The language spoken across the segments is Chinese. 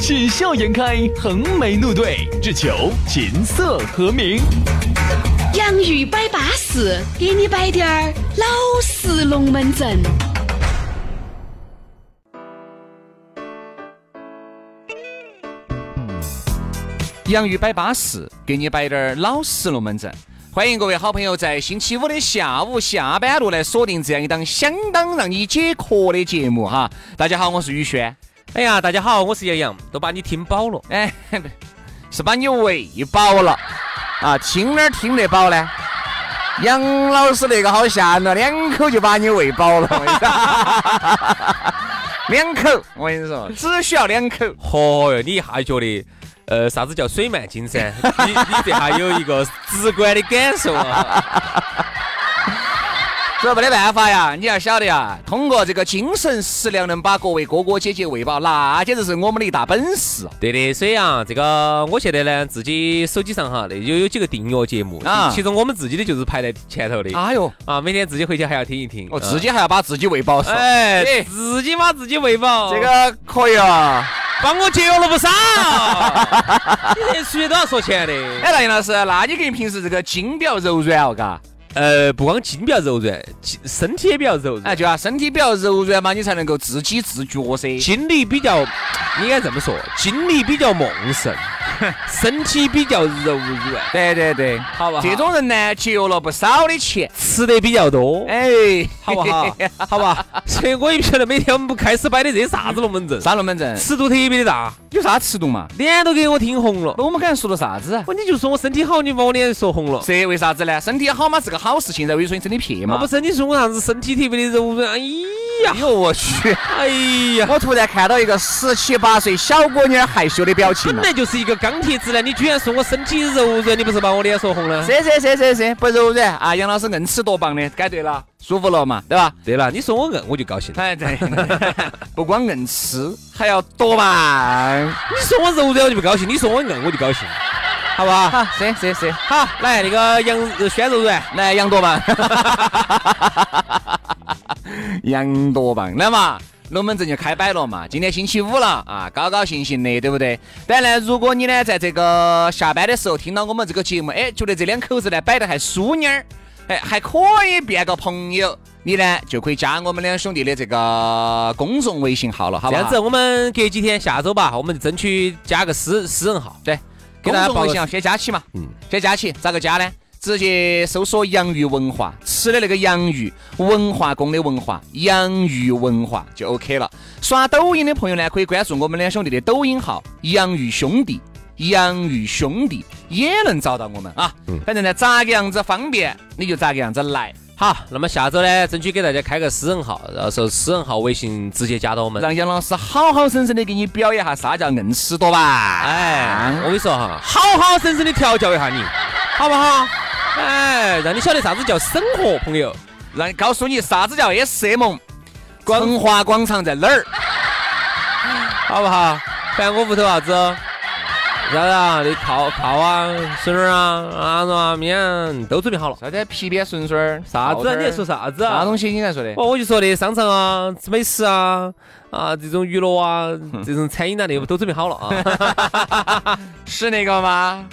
喜笑颜开，横眉怒对，只求琴瑟和鸣。洋芋摆巴士，给你摆点儿老式龙门阵。洋芋摆巴适，给你摆点儿老实龙门阵。欢迎各位好朋友在星期五的下午下班路来锁定这样一档相当让你解渴的节目哈。大家好，我是宇轩。哎呀，大家好，我是杨洋，都把你听饱了。哎， 不是把你喂饱了啊？听哪儿听得饱呢？杨老师那个好吓人了，两口就把你喂饱了。我跟你说两口，我跟你说，只需要两口。嚯哦哟，你一下就觉得，呃，啥子叫水漫 金山？你你这下有一个直观的感受啊！这没得办法呀，你要晓得呀，通过这个精神食粮能把各位哥哥姐姐喂饱，那简直是我们的一大本事。对的，所以啊，这个我现在呢，自己手机上哈，那有有几个订阅节目啊其中我们自己的就是排在前头的哎呦，啊，每天自己回去还要听一听，哦我啊哦自己还要把自己喂饱是吧？哎，哎，自己把自己喂饱，这个可以啊。帮我节约了不少。你这出去都要说钱的。哎，那杨老师，那你跟平时这个筋比较柔软哦，嘎，呃，不光筋比较柔软，筋身体也比较柔软哎，。就要身体比较柔软嘛，你才能够自己自觉噻。精力比较，应该这么说，精力比较旺 盛，身体比较柔软，对对对，好不好？这种人呢，节约了不少的钱。吃的比较多，哎，好不 好？好吧。所以我也不晓得每天我们开始摆的这些啥子龙门阵，啥龙门阵？尺度特别的大，有啥尺度嘛？脸都给我听红了。那我们刚才说了啥子啊？不，你就说我身体好，你把我脸说红了。这为啥子呢？身体好嘛是个好事情，然后又说你身体撇啊嘛？不是，你说我啥子身体特别的柔软？哎呀，哎呦我去！哎呀， 我突然看到一个十七八岁小姑娘害羞的表情啊本了。来就是一个钢铁直男，你居然说我身体柔软，你不是把我脸说红了？是是是是是，不柔软啊！杨老师硬吃多棒的，改对了，舒服了嘛，对吧？对了，你说我硬，我就高兴了。哎对， 不光硬吃，还要多棒，你说我柔软我就不高兴，你说我硬我就高兴，好不好？好，是是是，好，来那个杨呃轩柔软，来杨多 棒，杨多棒，来嘛。龙门阵就开摆了嘛，今天星期五了啊，高高兴兴的，对不对？当然，如果你呢在这个下班的时候听到我们这个节目，哎，觉得这两口子呢摆得还淑妮儿，哎，还可以变个朋友，你呢就可以加我们两兄弟的这个公众微信号了，好这不好？样子我们隔几天下周吧，我们争取加个私私人号，对，给公大家众报微个信号先加起嘛，嗯嗯，先加起，咋个加呢？直接搜索“洋芋文化”，吃的那个洋芋，文化宫的文化，洋芋文化就 OK 了。刷抖音的朋友呢，可以关注我们两兄弟的抖音号“洋芋兄弟”。洋芋兄弟也能找到我们啊，嗯反正呢，咋个样子方便你就咋个样子来，好，那么下周呢，争取给大家开个私人号，到时候私人号微信直接加到我们。让杨老师好好生生的给你表演一下啥叫硬吃多吧。哎，我跟你说哈，好好生生的调教一下你，好不好？哎，让你晓得啥子叫生活，朋友。让告诉你啥子叫 S M，光华广场在哪儿？好不好？反正我屋头啥子，哦啥子啊，那炮炮啊、笋儿啊、啥子啊、面啊都准备好了。啥子皮鞭笋笋儿？啥子啊？你炮汁儿在说啥子啊？啥东西？你才说的？哦，我就说的商场啊、吃美食啊、啊这种娱乐 啊、这种餐饮啊，那都准备好了啊。是那个吗？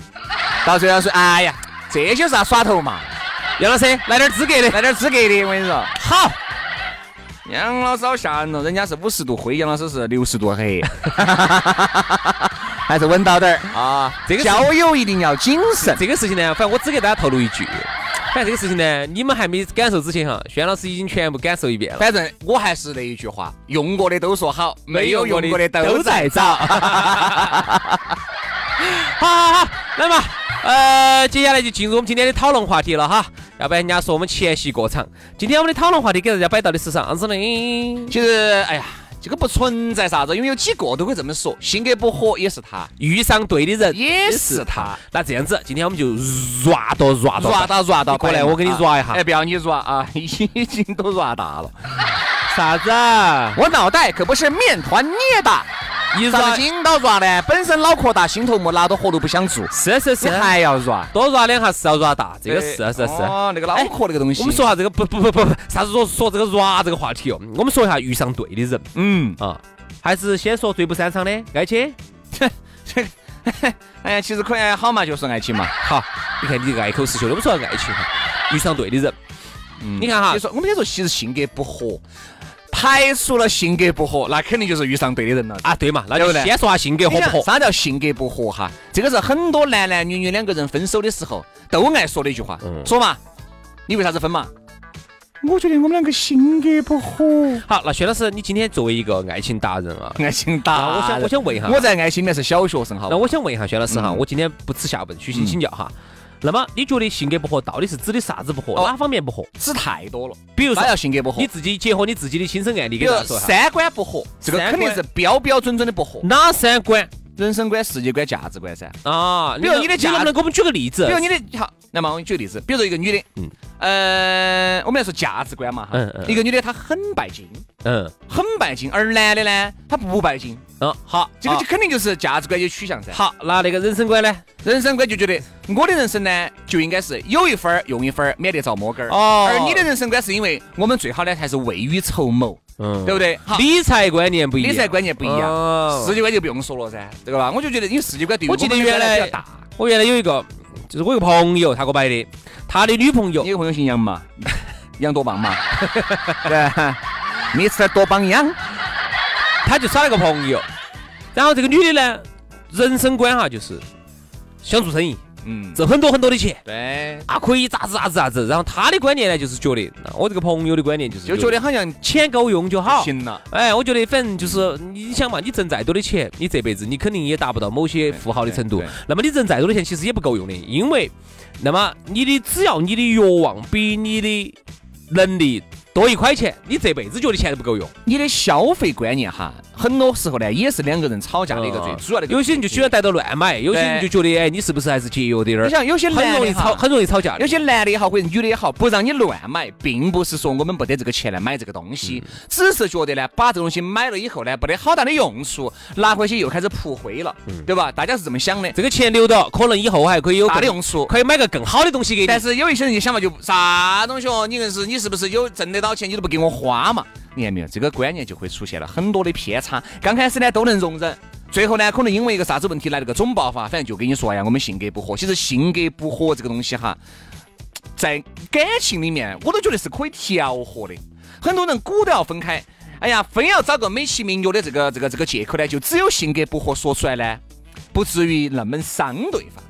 到最后说，哎呀，这就是要耍头嘛，杨老师，来点资格的。来点资格的，我跟你说。好，杨老师好吓人哦，人家是五十度灰，杨老师是六十度黑， 还是稳到点儿啊。这个是交友一定要谨慎。这个事情呢，反正我只给大家透露一句，反正这个事情呢，你们还没感受之前哈，轩老师已经全部感受一遍了。反正我还是那一句话，用过的都说好，没有用过的都都在在找。好好好，那么呃，接下来就进入我们今天的讨论话题了哈，要不然人家说我们前戏过长。今天我们的讨论话题给大家摆到的是啥子呢？ 其实，哎呀，这个不存在啥子，因为有几个都会这么说，性格不合也是他，遇上对的人也是他。那这样子，今天我们就 rua 到 rua 到软到软到，过来我啊给你 rua 一下哎，不要你 软啊，已经都软大了。啥子？我脑袋可不是面团捏的，一咱 rua 们筋到软呢，本身脑壳大，心头木，哪都活都不想做，是是是你，还要软。多 rua 两下是要 rua 大，这个是啊是是。哦，那个脑壳那个东西。我们说，下这个不不不不不，啥子说说这个 rua 这个话题哦，我们说一下遇上对的人嗯，啊，还是先说最不擅长的，爱情。 哎呀，其实可以好嘛，就是爱情嘛。好，你看你这个爱口是秀的，我们说下爱情哈，遇上对的人，你看哈你，说我们先说，嗯其实性格不合，排除了性格不合，那肯定就是遇上对的人了。啊对嘛，那对就不对先说下性格合你不想合。啥叫性格不合哈？这个是很多男男女女两个人分手的时候都爱说的一句话。说嘛，你为啥子分嘛？我觉得我们两个性格不合。好，那薛老师，你今天作为一个爱情达人啊，爱情那大人，我想我想问一下我在爱情里面是小学生，好吧那？我想问一下薛老师哈，嗯我今天不耻下问，虚心请教哈。那么你觉得性格不合到底是指的啥子不合？哦哪方面不合？知太多了，比如说那要性格不合你。自己结合你自己的亲身案例比给如大家说一下。三观嗯不合，这个三肯定观是标标准准的不合，哪三观人生观、世界观、价值观噻。啊？比如能你的能不能给我们举个例子？比如你的好，那么我举个例子，比如说一个女的，嗯呃，我们来说价值观嘛哈嗯嗯，嗯一个女的她很拜金，嗯很拜金，而男的呢，他不拜金，嗯好，这个啊就肯定就是价值观有取向噻。好，那那个人生观呢？人生观就觉得我的人生呢，就应该是有一分儿用一分儿，免得遭摸根儿。哦而你的人生观是因为我们最好呢还是未雨绸缪，嗯对不对？好，理财观念不一样。理财观念不一样，哦世界观就不用说了噻，对吧？我就觉得因为世界观对于我记得们原来说来比较大。我原来有一个，就是我有个朋友，他给我摆的，他的女朋友你有朋友姓杨嘛？ 杨多 棒嘛？ 对，Mr 多棒杨。他就耍了个朋友，然后这个女的呢，人生观哈就是想做生意，嗯，挣很多很多的钱对，啊，可以咋子咋子咋子。然后他的观念呢，就是觉得，那我这个朋友的观念就是就觉得好像钱够用就好。行了。哎，我觉得反正就是嗯你想嘛，你挣再多的钱，你这辈子你肯定也达不到某些富豪的程度对对对。那么你挣再多的钱，其实也不够用的，因为那么你的只要你的欲望比你的能力多一块钱，你这辈子觉得钱都不够用。你的消费观念哈，很多时候呢也是两个人吵架的一个最主要的一个。哦有些人就喜欢，逮到乱买，有些人对就觉得哎，你是不是还是节约点儿？你想有些很男容易的吵，哈，很容易吵架有的。些男的也好或者女的也好，不让你乱买，并不是说我们不得这个钱来买这个东西，嗯只是觉得呢，把这个东西买了以后呢，没得好大的用处，拿回去又开始铺灰了，对吧？大家是这么想的，嗯这个钱留到，可能以后还可以有大的更用处。可以买个更好的东西给你但。是有一些人就想嘛，就啥东西哦，你硬是你是不是有挣得到钱，你都不给我花嘛？你看没有，这个观念就会出现了很多的偏差。刚开始呢都能容忍，最后呢可能因为一个啥子问题来了个总爆发，反正就跟你说呀，我们性格不合。其实性格不合这个东西哈，在感情里面我都觉得是可以调和的。很多人鼓都要分开，哎呀，非要找个美其名曰的这个这个这个借口呢，就只有性格不合说出来呢，不至于那么伤对方。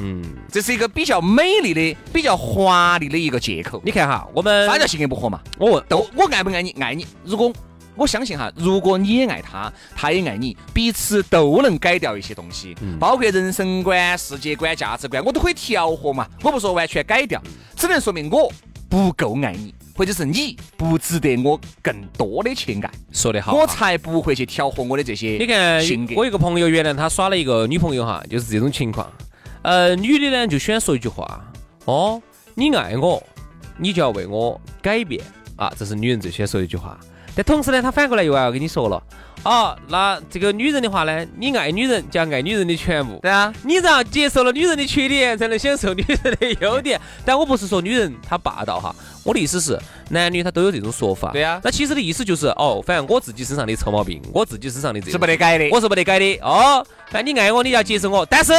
嗯，这是一个比较美丽的、比较华丽的一个借口。你看呃哈，我们哦啥叫性格不合嘛？我问都我爱不爱你？爱你。如果我相信哈，如果你也爱他，他也爱你，彼此都能改掉一些东西，嗯包括人生观、世界观、价值观，我都可以调和嘛。我不说完全改掉，只能说明我不够爱你，或者是你不值得我更多的去爱，说得好哈，我才不会去调和我的这些你看性格，我有个朋友，原来他耍了一个女朋友哈，就是这种情况。呃，女的呢就喜欢说一句话：“哦，你爱我，你就要为我改变啊。”这是女人最喜欢说的一句话。但同时呢，她反过来又要跟你说了：“啊，那这个女人的话呢，你爱女人就要爱女人的全部。”对啊，你只要接受了女人的缺点，才能享受女人的优点。但我不是说女人她霸道哈，我的意思是男女他都有这种说法。对啊那其实的意思就是哦，反正我自己身上的臭毛病，我自己身上的这是不得改的。我是不得改的哦。那你爱我，你就要接受我，但是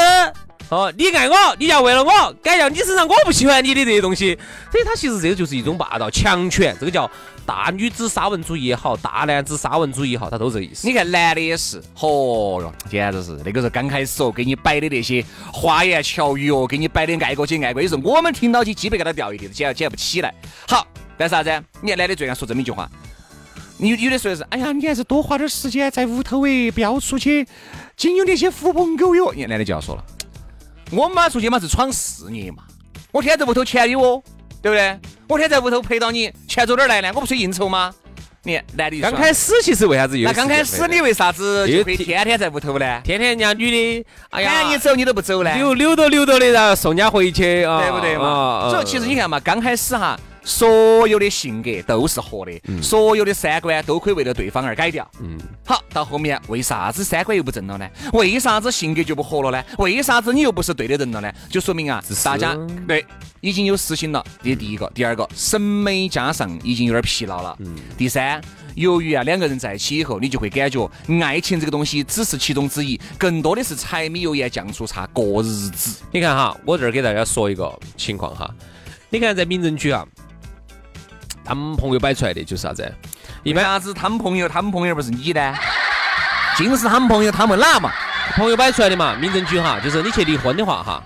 哦，你爱我，你就要为了我改掉你身上我不喜欢你的这些东西。所以它其实这个就是一种霸道强权，这个叫大女子沙文主义也好，大男子沙文主义也好，它都这个意思。你看男的也是，嚯哟，简直是那个时候刚开始哦，给你摆的那些花言巧语哦，给你摆的爱国姐爱国，有时候我们听到起鸡皮疙瘩掉一地，捡捡不起来。好，干啥子？你看男的最爱说这么一句话，你有的说的是，哎呀，你还是多花点时间在屋头哎，不要出去，仅有那些狐朋狗友。你看男的就要说了，我妈出去嘛是闯事业嘛，我天天在屋头钱有哦，对不对？我天天在屋头陪到你，钱从哪儿来呢？我不是应酬吗？你看男的就刚爽开始其实为啥子有？那刚开始你为啥子就可以天天在屋头呢？天天人家女的，哎呀，喊你走你都不走呢？溜溜达溜达的，然后送人家回去啊，对不对嘛？啊所以其实你看嘛，刚开始哈，所有的性格都是合的，嗯所有的三观都可以为了对方而改掉。嗯，好，到后面为啥子三观又不正了呢？为啥子性格就不合了呢？为啥子你又不是对的人了呢？就说明啊自，私嗯大家对已经有私心了。这是第一个，第二个审美加上已经有点疲劳了。第三。由于啊，两个人在一起以后，你就会感觉爱情这个东西只是其中之一，更多的是柴米油盐酱醋茶过日子。你看哈，我这儿给大家说一个情况哈，你看在民政局啊，他们朋友摆出来的就是啥子？一为般啥子他们朋友，他们朋友不是你 呢？尽是他们朋友，他们哪嘛？朋友摆出来的嘛，民政局哈，就是你去离婚的话哈，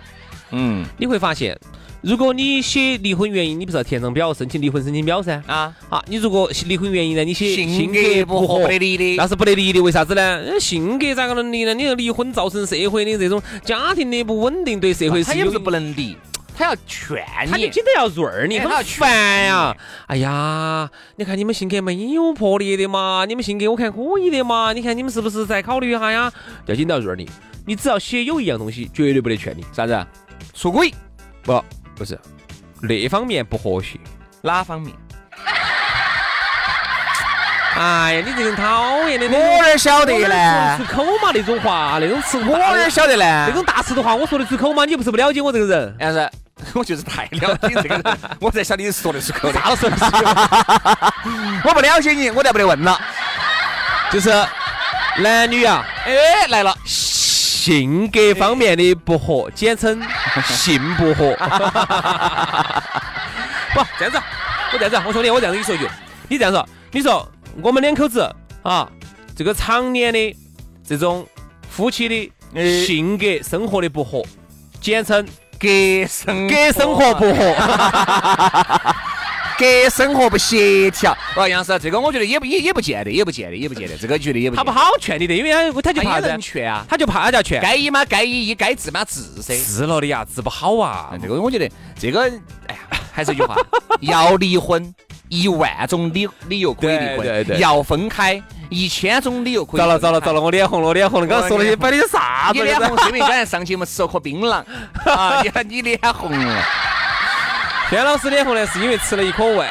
嗯你会发现，如果你写离婚原因，你不是要填张表申请离婚申请表噻？啊，啊，你如果离婚原因呢，你写性格不合不得离那的，是不得离的，为啥子呢？呃性格咋个能离呢？你这离婚造成社会的这种家庭的不稳定，对社会啊他是也有不是不能离，他要劝他就你。紧得要润儿你，哎很他要烦呀！哎呀，你看你们性格没有魄力的嘛，你们性格我看可以的嘛，你看你们是不是再考虑一下呀？要紧得要润儿你，你只要写有一样东西，绝对不得劝你，啥子？出轨？不不是那方面不和谐。哪方面？哎呀，你这个人讨厌的，我哪晓得呢？说呢？出口嘛那种话，那种词，我哪晓得那呢？种大词的话，我说得出口吗？你不是不了解我这个人。但是， 我就是太了解这个 人，我才晓得你是说得出口的。啥都说得出口，我不了解你，我就不得问了。就是男女啊，哎，来了，性格方面的不合，简 称性不合。不，这样子，我这样子，我兄弟，我这样子跟你说一句，你这样说，你说我们两口子啊，这个常年的这种夫妻呃的性格生活的不合，简称隔生隔生活不合。 隔生活不协调。哦，杨师，这个我觉得也不也也不见得，也不见得，也不见得，这个觉得也不他见不得。好劝你的，因为他他就他怕也噻能，劝啊。他就怕他叫劝，该医嘛该医医，该治嘛治噻。治了的呀，治不好啊啊，这个我觉得，这个哎呀，还是一句话，要离婚一万种理理由可以离婚，对对对要分开一千种理由可以。糟了糟了糟啊了。了，我脸红了，我脸红了，刚刚说了些摆的啥子你脸红，是因为刚才上节目吃了颗槟榔啊！你看你脸红了，轩老师脸红呢，是因为吃了一颗万，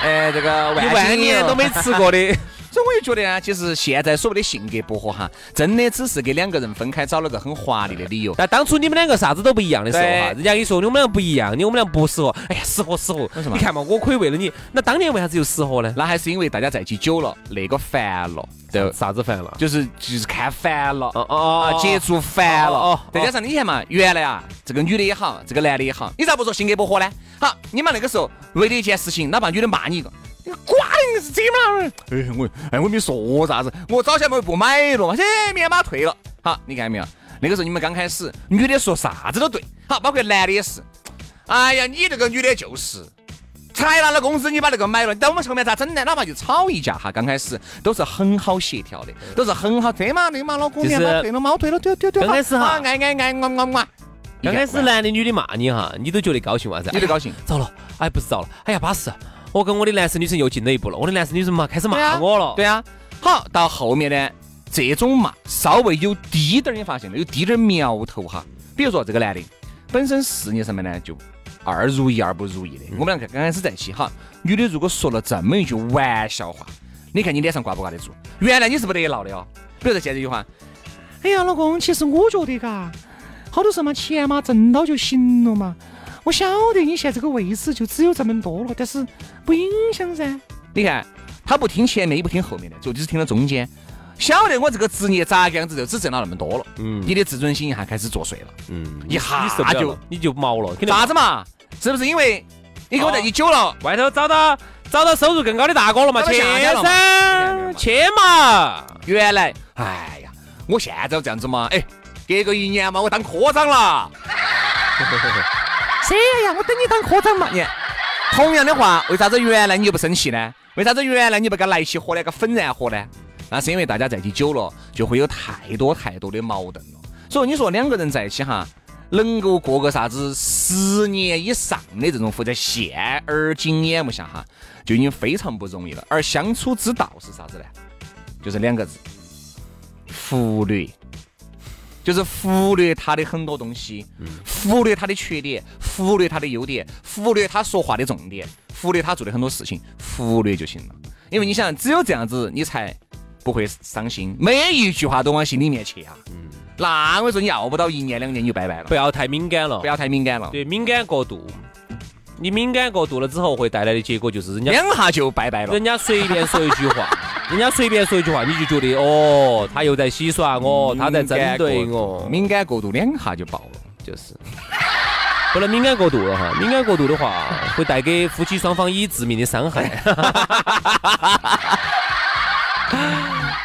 哎，这个你万呃万年都 没吃过的。所以我就觉得啊，其实现在所谓的性格不合哈，真的只是给两个人分开找了个很华丽的理由。 但当初你们两个啥子都不一样的时候哈，对人家跟你说你们两个不一样，你我们俩不适合。哎呀，适合适合为什。么你看嘛，我可以为了你，那当年为啥子又适合呢？那还是因为大家在一起久了，那个烦了，对，啥子烦了？就是就是看烦了。哦哦啊，接触烦哦了哦哦。再加上你看嘛，原来啊，这个女的也好，这个男的也好，你咋不说性格不合呢？好，你们那个时候为了一件事情，哪怕女的骂你一个。你瓜你是怎么了？哎，我哎，我没说啥子，我早前不不买了嘛，哎，明天把它退了。好，你看没有？那个时候你们刚开始，女的说啥子都对，好，包括男的也是。哎呀，你这个女的就是，才拿了工资，你把那个买了，等我们后面咋整呢？哪怕就吵一架哈，刚开始都是很好协调的，都是很好。这嘛那嘛，老公就你是把退了嘛，我退了，退了退了退了。刚开始哈啊爱爱爱，我我我。刚开始男的女的骂你哈，你都觉得高兴哇噻，你都高兴。糟了，哎，不是糟了，哎呀巴适，我跟我的男神女神又近了一步了，我的男神女神嘛开始对啊骂我了。对啊，好，到后面呢，这种嘛，稍微有滴点儿，你发现了有滴点儿苗头哈。比如说这个男的，本身事业上面呢就二如意二不如意的，我们两个刚开始在一起哈，女的如果说了这么一句玩笑话，你看你脸上挂不挂得住？原来你是不得闹的哦，比如说现在这句话，哎呀，老公，其实我觉得嘎，好多时候嘛，钱嘛挣到就行了嘛。我晓得你现在这个位置就只有这么多了，但是不影响噻。你看，他不听前面，也不听后面的，就只是听到中间。晓得我这个职业咋个样子，就只挣到那么多了。嗯你的自尊心一下开始作祟了，嗯，一下你受不了就了你就毛了，肯定啊咋子嘛？是不是因为你跟我在一起久了？外头找到找到收入更高的大哥了嘛，找到去下家了嘛噻，去嘛。原来，哎呀，我现在这样子嘛，哎，隔个一年嘛，我当科长了。谁呀？我等你当科长嘛，你看。同样的话，为啥子原来你就不生气呢？为啥子原来你不跟来起喝呢？跟粉然喝呢？那是因为大家在一起久了，就会有太多太多的矛盾了。所以你说两个人在一起哈，能够过个啥子十年以上的这种服，在现而今眼目下哈，就已经非常不容易了。而相处之道是啥子呢？就是两个字：忽略。就是忽略他的很多东西，忽略他的缺点，忽略他的优点，忽略他说话的重点，忽略他做的很多事情，忽略就行了。因为你想，只有这样子，你才不会伤心，每一句话都往心里面去啊。那我说你要不到一年两年你就拜拜了不，要太敏感了不，要太敏感了，对，敏感过度。你敏感过度了之后，会带来的结果就是人家两下就拜拜了人。家随便说一句话， 人家随便说一句话，你就觉得哦，他又在洗刷我，他在针对我，敏感过度，敏感过度两下就爆了。就是不能敏感过度了哈。敏感过度的话，会带给夫妻双方以致命的伤害。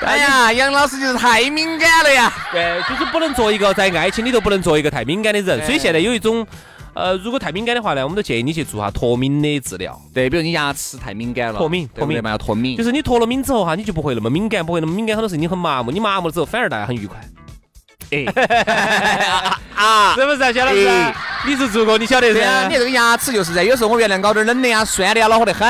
哎呀，杨老师就是太敏感了呀。对，就是不能做一个在爱情里头不能做一个太敏感的人。所以现在有一种，呃，如果太敏感的话呢，我们都建议你去做下脱敏的治疗。对，比如你牙齿太敏感了，脱敏对不脱对敏嘛要脱敏就。是你脱了敏之后哈，你就不会那么敏感，不会那么敏感，很多事情你很麻木，你麻木了之后反而大家很愉快， 哎啊，是不是啊，薛老师哎？你是做过，你晓得对啊，噻你。这个牙齿就是噻，有时候我原来咬点冷的呀、酸的呀，恼火得很。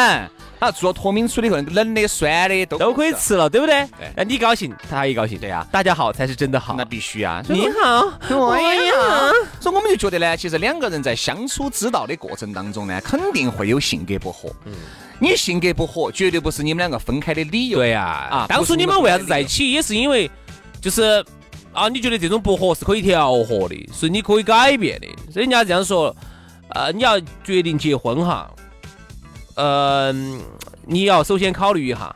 啊，做了脱敏处理以后，那个冷的、酸的都都可以。吃了，对不对对？那你高兴，他也高兴，啊对呀大家好才是真的好那。必须啊！你好，我也好。所以我们就觉得呢，其实两个人在相处之道的过程当中呢，肯定会有性格不合。嗯你性格不合，绝对不是你们两个分开的理由。对呀，啊当初你们为啥子在一起，也是因为就是啊，你觉得这种不合是可以调和的，是你可以改变的。所以人家这样说，呃，你要决定结婚哈，嗯、你要首先考虑一下。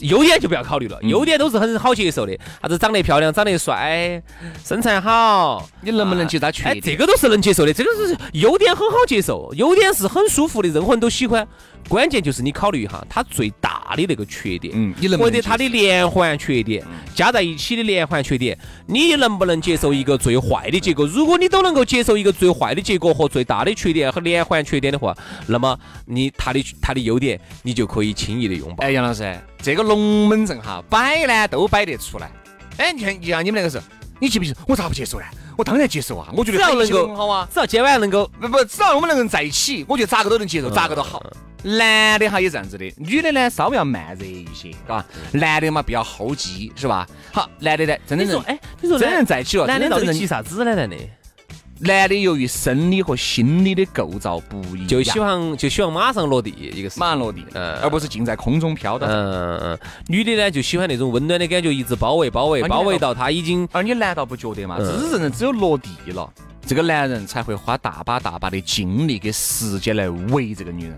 优点就不要考虑了，优点都是很好接受的，啥子长得漂亮、长得帅、身材好，你能不能接受他缺哎，点？这个都是能接受的，这个是优点很好接受，优点是很舒服的，任何人都喜欢。关键就是你考虑一下他最大的那个缺点，嗯你能不或能者他的连环缺点加在一起的连环缺点，你能不能接受一个最坏的结果？如果你都能够接受一个最坏的结果和最大的缺点和连环缺点的话，那么你他的他的优点你就可以轻易的拥抱哎，。杨老师，这个龙门阵哈，摆呢都摆得出来。哎，你看，你像你们两个是，你记不记？我咋不接受呢？我当然接受啊，我觉得只要他一切能够都很好啊。只要今晚能够不不，只要我们两个人在一起，我觉得咋个都能接受，咋个都好。嗯男的哈也这样子的，女的呢稍微要慢热一些，嘎。男的嘛比较好急，是吧？好，男的呢，真的你说人，哎，你说真人男在一起了，男的真到正底人急啥子呢？男的男的由于生理和心理的构造不一样，就喜欢就喜欢马上落地一个是。马上落地，嗯而不是尽在空中飘的。嗯，嗯，女的呢就喜欢那种温暖的感觉，一直包围包围啊你包围看到她已经而你难道不觉得嘛？嗯只是人只有落地了，这个男人才会花大把大把的精力跟时间来围这个女人。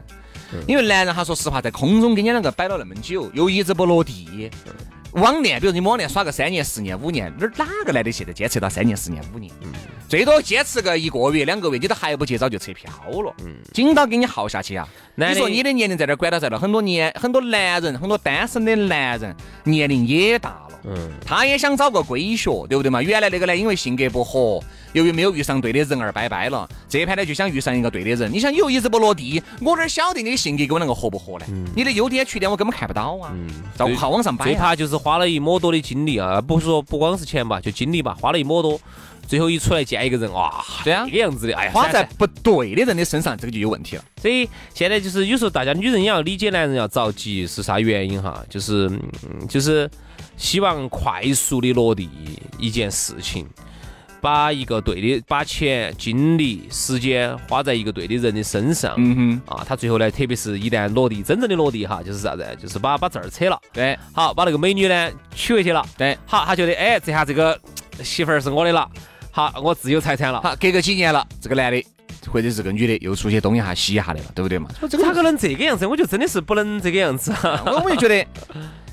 嗯因为男人哈，说实话，在空中跟你两个摆了那么久，又一直不落地。嗯网恋，比如你网恋耍个三年、四年、五年，哪儿哪个男的现在坚持到三年、四年、五年？嗯最多坚持个一个月、两个月，你都还不接，早就撤票了。紧到给你耗下去啊！嗯男你的说你的年龄在这儿管到在了，很多年很多男人，很多单身的男人年龄也大了，嗯他也想找个归宿，对不对嘛？原来那个呢，因为性格不合，由于没有遇上对的人而拜拜了。这一盘呢，就想遇上一个对的人。你想，你又一直不落地，我哪儿晓得你的性格跟我两个合不合呢？你的优点缺点我根本看不到啊，照顾好往上摆最啊。怕就是花了一抹多的精力啊，不是说不光是钱吧，就精力吧，花了一抹多，最后一出来见一个人，哇，对啊这个样子的，哎呀，花在闪闪不对的人的身上，这个就有问题了。所以现在就是有时候大家女人也要理解男人要着急是啥原因哈，就是嗯就是希望快速的落地一件事情，把一个对的把钱、精力、时间花在一个对的人的身上，嗯哼，啊，他最后呢，特别是一旦落地，真正的落地哈，就是啥子？就是把把证儿扯了，对好，把那个美女呢娶回去了，对。好，他觉得哎，这下这个嘖媳妇儿是我的了，好，我自有财产了。好，隔个几年了，这个男的或者是个女的又出去东一下西一下的了，对不对嘛？这个咋个能这个样子？我就真的是不能这个样子啊哈。我我就觉得，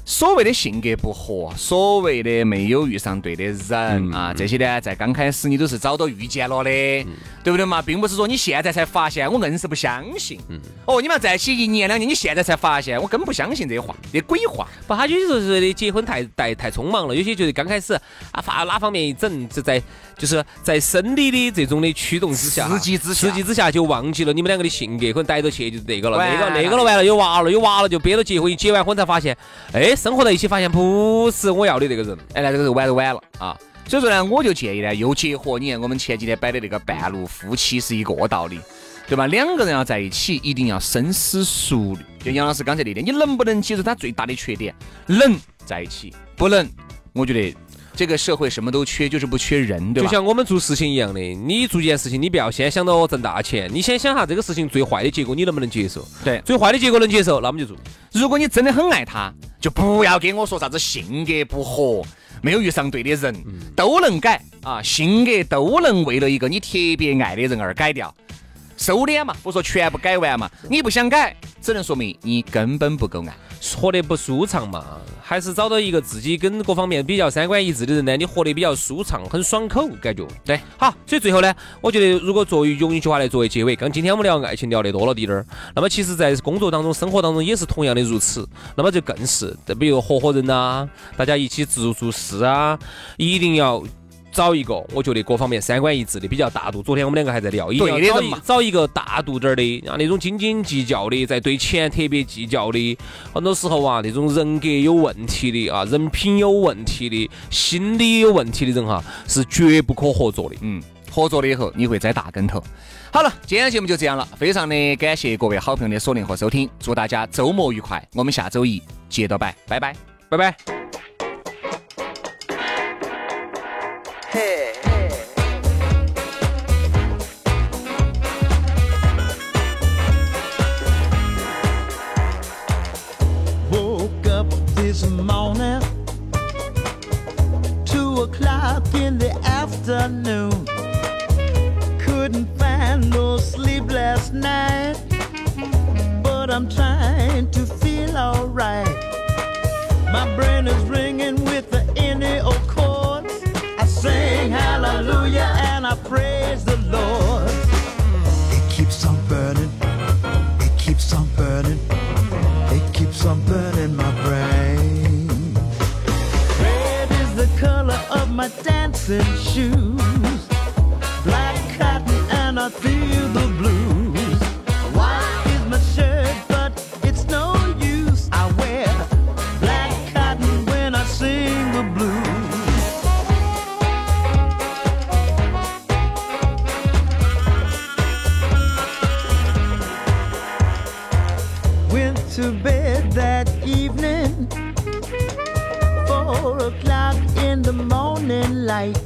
所谓的性格不合，所谓的没有遇上对的人啊，这些呢，在刚开始你都是早都遇见了的，对不对嘛？并不是说你现在才发现，我硬是不相信。哦，你们要在一起一年两年，你现在才发现，我根本不相信这话，这鬼话。 不，他有些时候觉得结婚太太太匆忙了，有些觉得刚开始啊，发哪方面一整，就在就是在生理的这种的驱动之下，刺激之下刺激之下就忘记了你们两个的性格，可能逮到去就是那个了，完那了个那个了，完了有娃了，有娃了就憋到结婚，结完婚才发现，哎，生活在一起发现不是我要的那个人。哎，那这个是晚都晚了啊。所以说呢，我就建议呢，又结合你看我们前几天摆的那个半路夫妻是一个道理，对吧？两个人要在一起，一定要深思熟虑。就杨老师刚才那点，你能不能接受他最大的缺点？能在一起，不能，我觉得这个社会什么都缺，就是不缺人，对就吧？像我们做事情一样的，你做一件事情，你不要先想到哦挣大钱，你先想下这个事情最坏的结果你能不能接受？对最坏的结果能接受，那我们就做。如果你真的很爱他，就不要跟我说啥子性格不合，没有遇上对的人，都能改啊，性格都能为了一个你特别爱的人而改掉。收敛嘛，不说全部改完嘛，你不想改，只能说明你根本不够爱。活得不舒畅嘛，还是找到一个自己跟各方面比较三观一致的人呢，你活得比较舒畅，很爽口，感觉。对，好，所以最后呢，我觉得如果作为用一句话来作为结尾，刚今天我们聊爱情聊得多了滴点儿，那么其实在工作当中、生活当中也是同样的如此，那么就更是，比如合伙人呐、大家一起做做事啊，一定要。找一个，我觉得各方面三观一致的比较大度。昨天我们两个还在聊，一定要对的找人一嘛找一个大度点儿的，啊，那种斤斤计较的，在对钱特别计较的，很多时候啊，那种人格有问题的啊，人品有问题的，心理有问题的人哈、是绝不可合作的。嗯，合作了以后你会栽大跟头。好了，今天的节目就这样了，非常的感谢各位好朋友的锁定和收听，祝大家周末愉快，我们下周一接着摆，拜拜。拜拜。 woke up this morning, two o'clock in the afternoon. Couldn't find no sleep last night, but I'm trying to feel alright. My brain is ringing with the NAO chords. I sing hallelujah and I praise the Lord. It keeps on burning, it keeps on burning. It keeps on burning my brain. Red is the color of my dancing shoes. Black cotton and I feel the blues. White is my shirt, but it's no use. I wear black cotton when I sing the blues. went to bed that evening. Four o'clock in the morning light.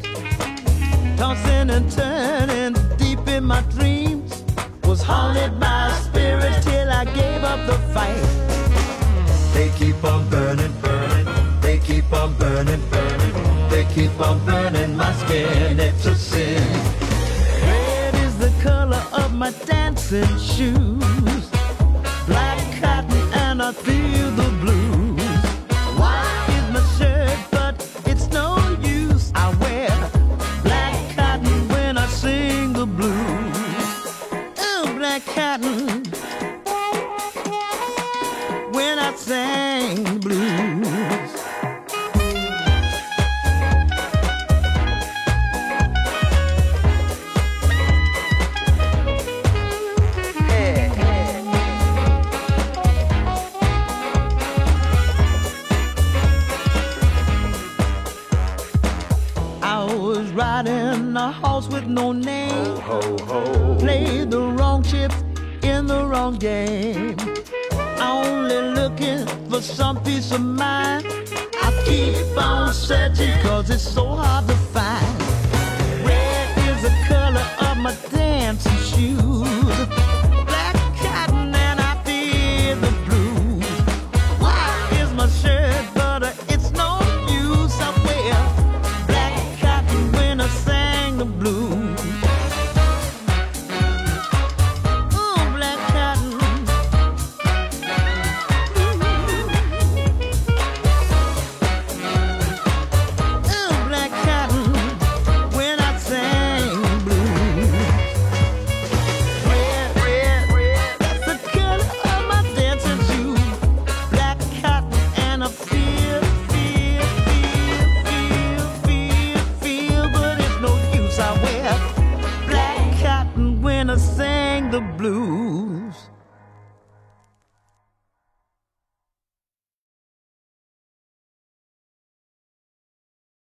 Tossing and turning deep in my dreams. Was haunted by a spirit till I gave up the fight. They keep on burning, burning. They keep on burning, burning. They keep on burning my skin. It's a sin. Red is the color of my dancing shoes black cotton and I feel the blues. White is my shirt, but it's no use. I wear black cotton when I sing the blues. Ooh, black cotton. When I sing the blues. I was riding a horse with no name. Played the wrong chips in the wrong game. Only looking for some peace of mind. I keep on searching cause it's so hard to find. Red is the color of my dancing shoes. Black cotton and I feel the blues. Why is my shirt butter? It's no use. I wear black cotton when I sang the blues. Ooh, black cotton. Ooh, black cotton when I sang the blues. Red, red, red. That's the color of my dancing shoes. Black cotton and I feel, feel, feel, feel, feel, feel, but it's no use. I wear black cotton when I sing the blues.